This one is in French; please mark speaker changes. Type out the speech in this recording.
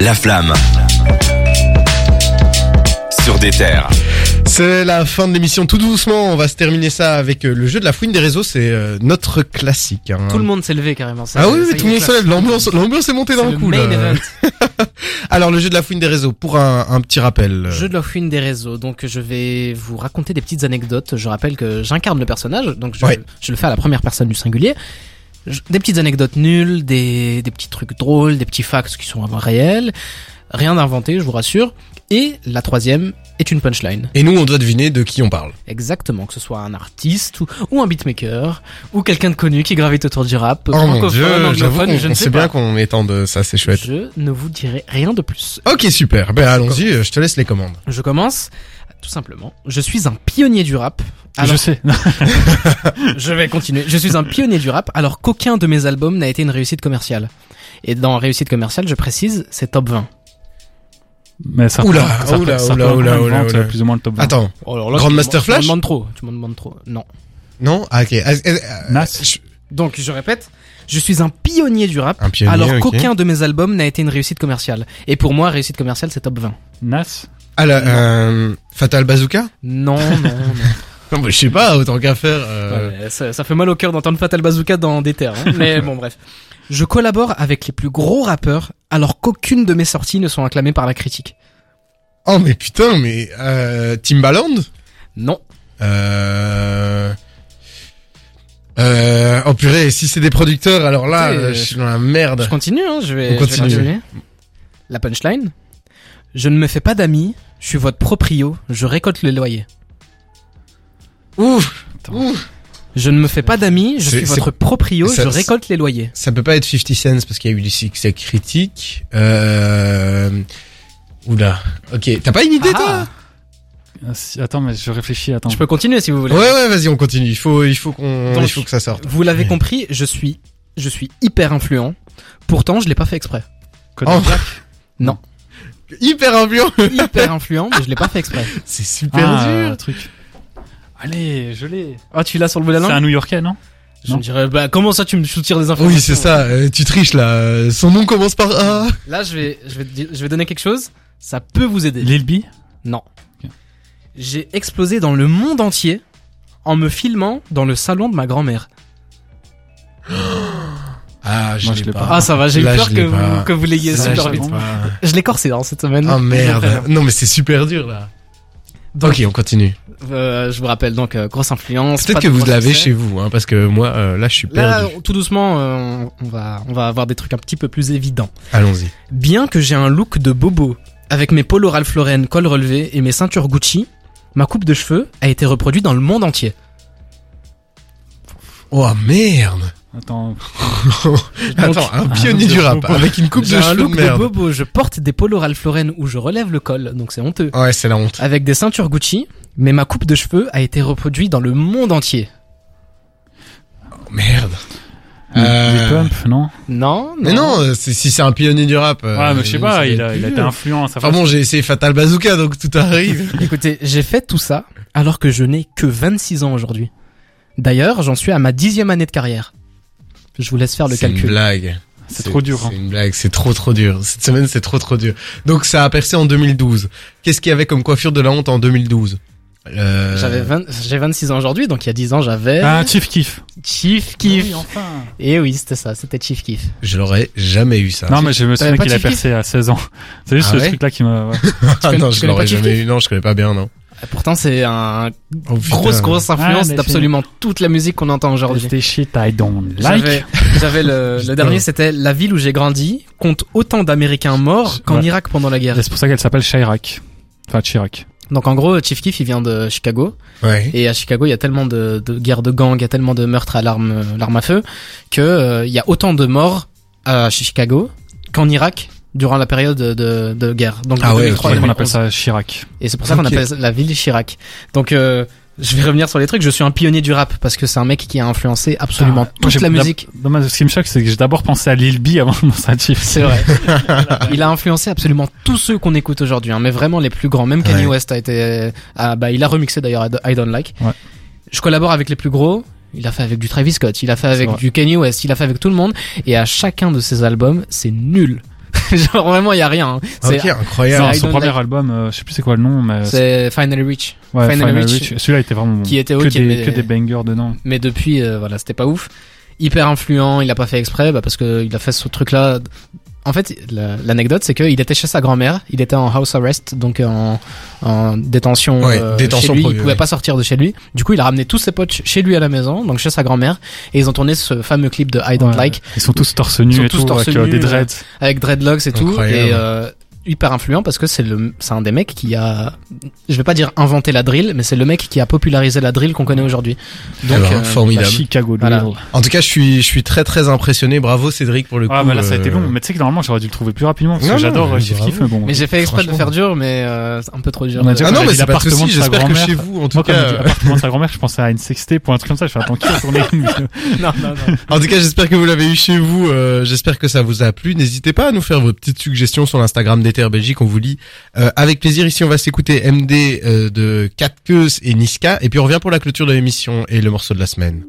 Speaker 1: La flamme. Sur des terres.
Speaker 2: C'est la fin de l'émission tout doucement. On va se terminer ça avec euh, le jeu de la fouine des réseaux. C'est euh, notre classique. hein.
Speaker 3: Tout le monde s'est levé carrément. Ça,
Speaker 2: ah
Speaker 3: ça
Speaker 2: oui,
Speaker 3: y
Speaker 2: oui,
Speaker 3: est,
Speaker 2: tout le monde
Speaker 3: classe.
Speaker 2: se lève. L'ambiance, l'ambiance est montée
Speaker 3: C'est
Speaker 2: d'un
Speaker 3: le
Speaker 2: coup.
Speaker 3: main
Speaker 2: là.
Speaker 3: event.
Speaker 2: Alors le jeu de la fouine des réseaux pour un, un petit rappel.
Speaker 3: Jeu de la fouine des réseaux. Donc je vais vous raconter des petites anecdotes. Je rappelle que j'incarne le personnage, donc je,
Speaker 2: Ouais.
Speaker 3: je le fais à la première personne du singulier. Je- Des petites anecdotes nulles, des, des petits trucs drôles, des petits facts qui sont réels. Rien d'inventé, je vous rassure. Et la troisième est une punchline.
Speaker 2: Et nous, on doit deviner de qui on parle.
Speaker 3: Exactement, que ce soit un artiste ou, ou un beatmaker ou quelqu'un de connu qui gravite autour du rap,
Speaker 2: Oh mon
Speaker 3: francophone,
Speaker 2: dieu, j'avoue
Speaker 3: anglophone,
Speaker 2: qu'on
Speaker 3: je
Speaker 2: on
Speaker 3: ne
Speaker 2: sait
Speaker 3: sais
Speaker 2: bien
Speaker 3: pas.
Speaker 2: qu'on est en de ça, c'est chouette.
Speaker 3: Je ne vous dirai rien de plus.
Speaker 2: Ok, super. Ben allons-y, euh, je te laisse les commandes.
Speaker 3: Je commence tout simplement. Je suis un pionnier du rap. Alors,
Speaker 4: Je sais.
Speaker 3: je vais continuer. Je suis un pionnier du rap alors qu'aucun de mes albums n'a été une réussite commerciale. Et dans réussite commerciale, je précise, c'est top 20.
Speaker 4: Mais ça
Speaker 2: Oula,
Speaker 4: représente- ça
Speaker 2: oula,
Speaker 4: représente
Speaker 2: oula,
Speaker 4: quand
Speaker 2: oula,
Speaker 4: même
Speaker 2: oula,
Speaker 4: vente,
Speaker 2: oula.
Speaker 4: plus ou moins le top 20.
Speaker 2: Attends,
Speaker 3: Oh, alors là,
Speaker 2: Grand
Speaker 3: tu m'en-
Speaker 2: Master
Speaker 3: tu m'en
Speaker 2: Flash
Speaker 3: demandes trop. Tu m'en demandes trop. Non.
Speaker 2: non Ah ok. Ah, euh, euh,
Speaker 4: Nas.
Speaker 2: je-
Speaker 3: Donc je répète, je suis un pionnier du rap
Speaker 2: Un pionnier,
Speaker 3: alors
Speaker 2: ok.
Speaker 3: qu'aucun de mes albums n'a été une réussite commerciale. Et pour moi, réussite commerciale, c'est top 20.
Speaker 4: Nas.
Speaker 2: Ah là, euh, Fatal Bazooka
Speaker 3: Non, non, non.
Speaker 2: Non, mais je sais pas, autant qu'à faire. euh,
Speaker 3: Ouais, mais ça, ça fait mal au cœur d'entendre Fatal Bazooka dans des terres. hein. Mais bon, bref. Je collabore avec les plus gros rappeurs alors qu'aucune de mes sorties ne sont acclamées par la critique.
Speaker 2: Oh mais putain, mais euh, Timbaland
Speaker 3: Non.
Speaker 2: euh... euh, Oh purée, si c'est des producteurs, alors là,
Speaker 3: Écoutez,
Speaker 2: euh,
Speaker 3: euh,
Speaker 2: je suis dans la
Speaker 3: Je
Speaker 2: merde.
Speaker 3: continue, hein, je vais,
Speaker 2: On
Speaker 3: je vais
Speaker 2: continue.
Speaker 3: continuer. La punchline. Je ne me fais pas d'amis, je suis votre proprio, je récolte le loyer.
Speaker 2: Ouf,
Speaker 4: Attends.
Speaker 2: ouf.
Speaker 3: Je ne me fais pas d'amis, je
Speaker 2: C'est-
Speaker 3: suis
Speaker 2: c'est-
Speaker 3: votre proprio,
Speaker 2: ça-
Speaker 3: je récolte les loyers.
Speaker 2: Ça peut pas être 50 Cent parce qu'il y a eu du succès critique. Euh... Oula. Ok, t'as pas une idée
Speaker 3: Ah,
Speaker 4: Ah, si, Attends, mais je réfléchis. Attends.
Speaker 3: je peux continuer si vous voulez.
Speaker 2: toi Ouais ouais, vas-y, on continue. Il faut il faut qu'on
Speaker 3: Donc,
Speaker 2: il faut que ça sorte.
Speaker 3: Vous l'avez
Speaker 2: Oui.
Speaker 3: compris, je suis, je suis hyper influent. Pourtant, je l'ai pas fait exprès.
Speaker 4: Kodak
Speaker 2: Oh.
Speaker 4: Black.
Speaker 2: Hyper ambiant.
Speaker 3: Hyper influent, mais je l'ai pas fait exprès.
Speaker 2: c'est super
Speaker 4: Ah,
Speaker 2: dur.
Speaker 4: euh, truc. Allez, je l'ai.
Speaker 3: Ah, tu l'as sur le bout de la
Speaker 4: C'est
Speaker 3: langue
Speaker 4: un New-Yorkais, non
Speaker 3: Je me dirais, bah, comment ça tu me soutires des informations
Speaker 2: Oui, c'est ça, euh, tu triches là. Euh, Son nom commence par A.
Speaker 3: Là, je vais, je, vais, te dire- je vais donner quelque chose, ça peut vous aider.
Speaker 4: Lil B.
Speaker 3: Non.
Speaker 4: Ok.
Speaker 3: J'ai explosé dans le monde entier en me filmant dans le salon de ma grand-mère.
Speaker 2: Ah,
Speaker 4: Moi, je l'ai pas.
Speaker 3: Ah, ça va, j'ai eu
Speaker 2: Là,
Speaker 3: peur
Speaker 2: je
Speaker 3: que
Speaker 2: l'ai pas.
Speaker 3: vous, que vous l'ayez
Speaker 4: Là,
Speaker 3: super
Speaker 4: je l'ai
Speaker 3: vite.
Speaker 2: Ah, pas.
Speaker 3: Je l'ai corsé hein, cette semaine.
Speaker 2: Ah
Speaker 3: Je préfère.
Speaker 2: merde. Non mais c'est super dur là. ok, on continue.
Speaker 3: Euh, je vous rappelle donc, euh, grosse influence.
Speaker 2: Peut-être
Speaker 3: pas
Speaker 2: que
Speaker 3: de
Speaker 2: vous
Speaker 3: gros
Speaker 2: l'avez
Speaker 3: succès.
Speaker 2: chez vous, hein, parce que moi euh, là je suis
Speaker 3: Là,
Speaker 2: perdu.
Speaker 3: tout doucement, euh, on, va, on va avoir des trucs un petit peu plus évidents.
Speaker 2: Allons-y.
Speaker 3: Bien que j'ai un look de bobo, avec mes polos Ralph Lauren, col relevé et mes ceintures Gucci, ma coupe de cheveux a été reproduite dans le monde entier.
Speaker 2: Oh merde.
Speaker 4: Attends.
Speaker 3: Donc,
Speaker 2: Attends, un pionnier
Speaker 4: de
Speaker 2: du rap
Speaker 4: bobo.
Speaker 2: ah, avec une coupe de
Speaker 3: J'ai un
Speaker 2: cheveux de
Speaker 3: look de
Speaker 2: merde.
Speaker 3: bobo, je porte des polos Ralph Lauren où je relève le col, donc c'est honteux.
Speaker 2: Ouais, c'est la honte.
Speaker 3: Avec des ceintures Gucci, mais ma coupe de cheveux a été reproduite dans le monde entier.
Speaker 2: Oh, merde.
Speaker 4: Lil
Speaker 2: Euh,
Speaker 4: Pump, non
Speaker 3: Non, non.
Speaker 2: Mais non, euh, c'est- si c'est un pionnier du rap. euh,
Speaker 4: Ouais, mais je sais pas,
Speaker 2: ça
Speaker 4: il
Speaker 2: doit
Speaker 4: a,
Speaker 2: être
Speaker 4: il a
Speaker 2: plus
Speaker 4: été
Speaker 2: vieux.
Speaker 4: influent à sa
Speaker 2: Enfin bon, j'ai essayé Fatal Bazooka, donc tout arrive.
Speaker 3: Écoutez, j'ai fait tout ça alors que je n'ai que 26 ans aujourd'hui. D'ailleurs, j'en suis à ma dixième année de carrière. Je vous laisse faire le
Speaker 2: C'est une
Speaker 3: calcul.
Speaker 2: blague.
Speaker 4: C'est trop dur, hein.
Speaker 2: C'est une blague, c'est trop trop dur. Cette semaine, c'est trop trop dur. Donc ça a percé en 2012. Qu'est-ce qu'il y avait comme coiffure de la honte en 2012 euh...
Speaker 3: J'avais 20 j'ai 26 ans aujourd'hui, donc il y a 10 ans j'avais
Speaker 4: Ah, Chief Kiff.
Speaker 3: Chief Kiff.
Speaker 4: Oui,
Speaker 2: Ah,
Speaker 4: enfin.
Speaker 3: Et Eh oui, c'était ça, c'était Chief Kiff.
Speaker 2: Je l'aurais jamais eu ça.
Speaker 4: Non, mais je me
Speaker 3: T'avais
Speaker 4: souviens
Speaker 3: pas
Speaker 4: qu'il a
Speaker 3: Chief Keef
Speaker 4: percé à 16 ans. C'est juste
Speaker 2: Ah
Speaker 4: ce
Speaker 2: ouais
Speaker 4: truc-là qui m'a. ouais.
Speaker 2: Ah
Speaker 3: connais-
Speaker 2: non,
Speaker 3: tu
Speaker 2: je
Speaker 3: connais
Speaker 2: l'aurais
Speaker 3: pas Chief
Speaker 2: jamais
Speaker 3: Keef
Speaker 2: eu. Non, je connais pas bien, non.
Speaker 3: Pourtant, c'est un
Speaker 2: Oh, putain.
Speaker 3: grosse grosse
Speaker 4: Ouais, mais
Speaker 3: influence
Speaker 4: c'est-
Speaker 3: d'absolument toute la musique qu'on entend aujourd'hui.
Speaker 4: C'était shit I don't
Speaker 3: J'avais-
Speaker 4: like.
Speaker 3: J'avais le, le dernier, c'était la ville où j'ai grandi compte autant d'Américains morts qu'en
Speaker 4: Ouais.
Speaker 3: Irak pendant la guerre.
Speaker 4: Et C'est pour ça qu'elle s'appelle Chirac. Enfin, Chirac.
Speaker 3: Donc en gros, Chief Keef, il vient de Chicago.
Speaker 2: Ouais.
Speaker 3: Et à Chicago, il y a tellement de, de guerres de gangs, il y a tellement de meurtres à l'arme, euh, l'arme à feu, que euh, il y a autant de morts à Chicago qu'en Irak durant la période de, de guerre. Donc de
Speaker 2: Ah ouais,
Speaker 3: 2003 à
Speaker 2: ok.
Speaker 4: On
Speaker 3: 2011.
Speaker 4: appelle ça Chirac.
Speaker 3: Et c'est pour ça qu'on
Speaker 2: Ok.
Speaker 3: appelle ça la ville Chirac. Donc euh, je vais revenir sur les trucs. Je suis un pionnier du rap parce que c'est un mec qui a influencé absolument
Speaker 4: Ah, moi,
Speaker 3: toute
Speaker 4: j'ai-
Speaker 3: la musique.
Speaker 4: Non, mais ce qui me choque, c'est que j'ai d'abord pensé à Lil B avant de penser à Chief.
Speaker 3: C'est vrai. il a influencé absolument tous ceux qu'on écoute aujourd'hui, hein, mais vraiment les plus grands. Même Kanye
Speaker 2: Ouais.
Speaker 3: West a été, ah, bah, il a remixé d'ailleurs I Don't- I Don't Like.
Speaker 4: Ouais.
Speaker 3: Je collabore avec les plus gros. Il a fait avec du Travis Scott, il a fait avec
Speaker 4: vrai.
Speaker 3: du Kanye West, il a fait avec tout le monde. Et à chacun de ses albums, c'est nul. Genre vraiment, il y a rien. hein. C'est
Speaker 2: Ah, Ok, incroyable.
Speaker 4: Non,
Speaker 3: I
Speaker 4: son
Speaker 3: Don't
Speaker 4: premier
Speaker 3: Like-
Speaker 4: album, euh, je sais plus c'est quoi le nom, mais
Speaker 3: Ah, c'est Finally Rich,
Speaker 4: ouais,
Speaker 3: Final
Speaker 4: Final
Speaker 3: Reach,
Speaker 4: Reach. Celui-là était vraiment
Speaker 3: qui était
Speaker 4: que,
Speaker 3: ok,
Speaker 4: des,
Speaker 3: mais,
Speaker 4: que des bangers dedans.
Speaker 3: mais depuis, euh, voilà, c'était pas ouf. Hyper influent, il a pas fait exprès, bah, parce que il a fait ce truc-là. En fait, la- l'anecdote, c'est qu'il était chez sa grand-mère, il était en house arrest, donc en, en détention,
Speaker 2: Ouais,
Speaker 3: euh,
Speaker 2: détention
Speaker 3: chez lui, il
Speaker 2: provisoire,
Speaker 3: pouvait
Speaker 2: ouais.
Speaker 3: pas sortir de chez lui. Du coup, il a ramené tous ses potes chez lui à la maison, donc chez sa grand-mère, et ils ont tourné ce fameux clip de I Don't
Speaker 4: Ouais.
Speaker 3: Like,
Speaker 4: Ils sont tous torse
Speaker 3: Ils sont
Speaker 4: nu et
Speaker 3: tous
Speaker 4: tout,
Speaker 3: torse
Speaker 4: avec euh,
Speaker 3: nu,
Speaker 4: des
Speaker 3: euh,
Speaker 4: dreads.
Speaker 3: avec dreadlocks et tout
Speaker 2: Incroyable.
Speaker 3: et euh, hyper influent parce que c'est le c'est un des mecs qui a je vais pas dire inventé la drill mais c'est le mec qui a popularisé la drill qu'on connaît aujourd'hui. Donc
Speaker 2: Alors,
Speaker 3: euh,
Speaker 4: La
Speaker 2: Eh ben, formidable.
Speaker 4: Chicago
Speaker 3: Voilà.
Speaker 4: Drill.
Speaker 2: En tout cas, je suis, je suis très très impressionné. Bravo Cédric pour le coup.
Speaker 4: Ah, mais là, ça a été
Speaker 2: euh,
Speaker 4: long. Mais tu sais que normalement, j'aurais dû le trouver plus rapidement parce
Speaker 2: Non,
Speaker 4: que
Speaker 2: non,
Speaker 4: j'adore
Speaker 2: mais
Speaker 4: euh, Chief
Speaker 2: bravo.
Speaker 4: Keef, mais bon.
Speaker 3: mais j'ai fait exprès de le
Speaker 2: franchement.
Speaker 3: faire dur mais euh, c'est un peu trop dur.
Speaker 4: On a
Speaker 3: de-
Speaker 4: déjà-
Speaker 2: Ah non,
Speaker 4: J'ai
Speaker 2: mais
Speaker 4: dit
Speaker 2: c'est pas de
Speaker 4: l'appartement
Speaker 2: souci.
Speaker 4: de sa
Speaker 2: J'espère que euh,
Speaker 4: grand-mère.
Speaker 2: chez vous, en tout
Speaker 4: Moi, quand j'ai dit
Speaker 2: cas,
Speaker 4: appartement de sa grand-mère, je pensais à une sextape pour un truc comme ça. Je fais attends, qui a tourné une vidéo
Speaker 3: non non non.
Speaker 2: En tout cas, j'espère que vous l'avez eu chez vous. euh, j'espère que ça vous a plu. N'hésitez pas à nous faire vos petites suggestions sur l'Instagram d'ETR Belgique. On vous lit euh, avec plaisir. Ici, on va s'écouter MD euh, de Cat Queuse et Niska. Et puis, on revient pour la clôture de l'émission et le morceau de la semaine.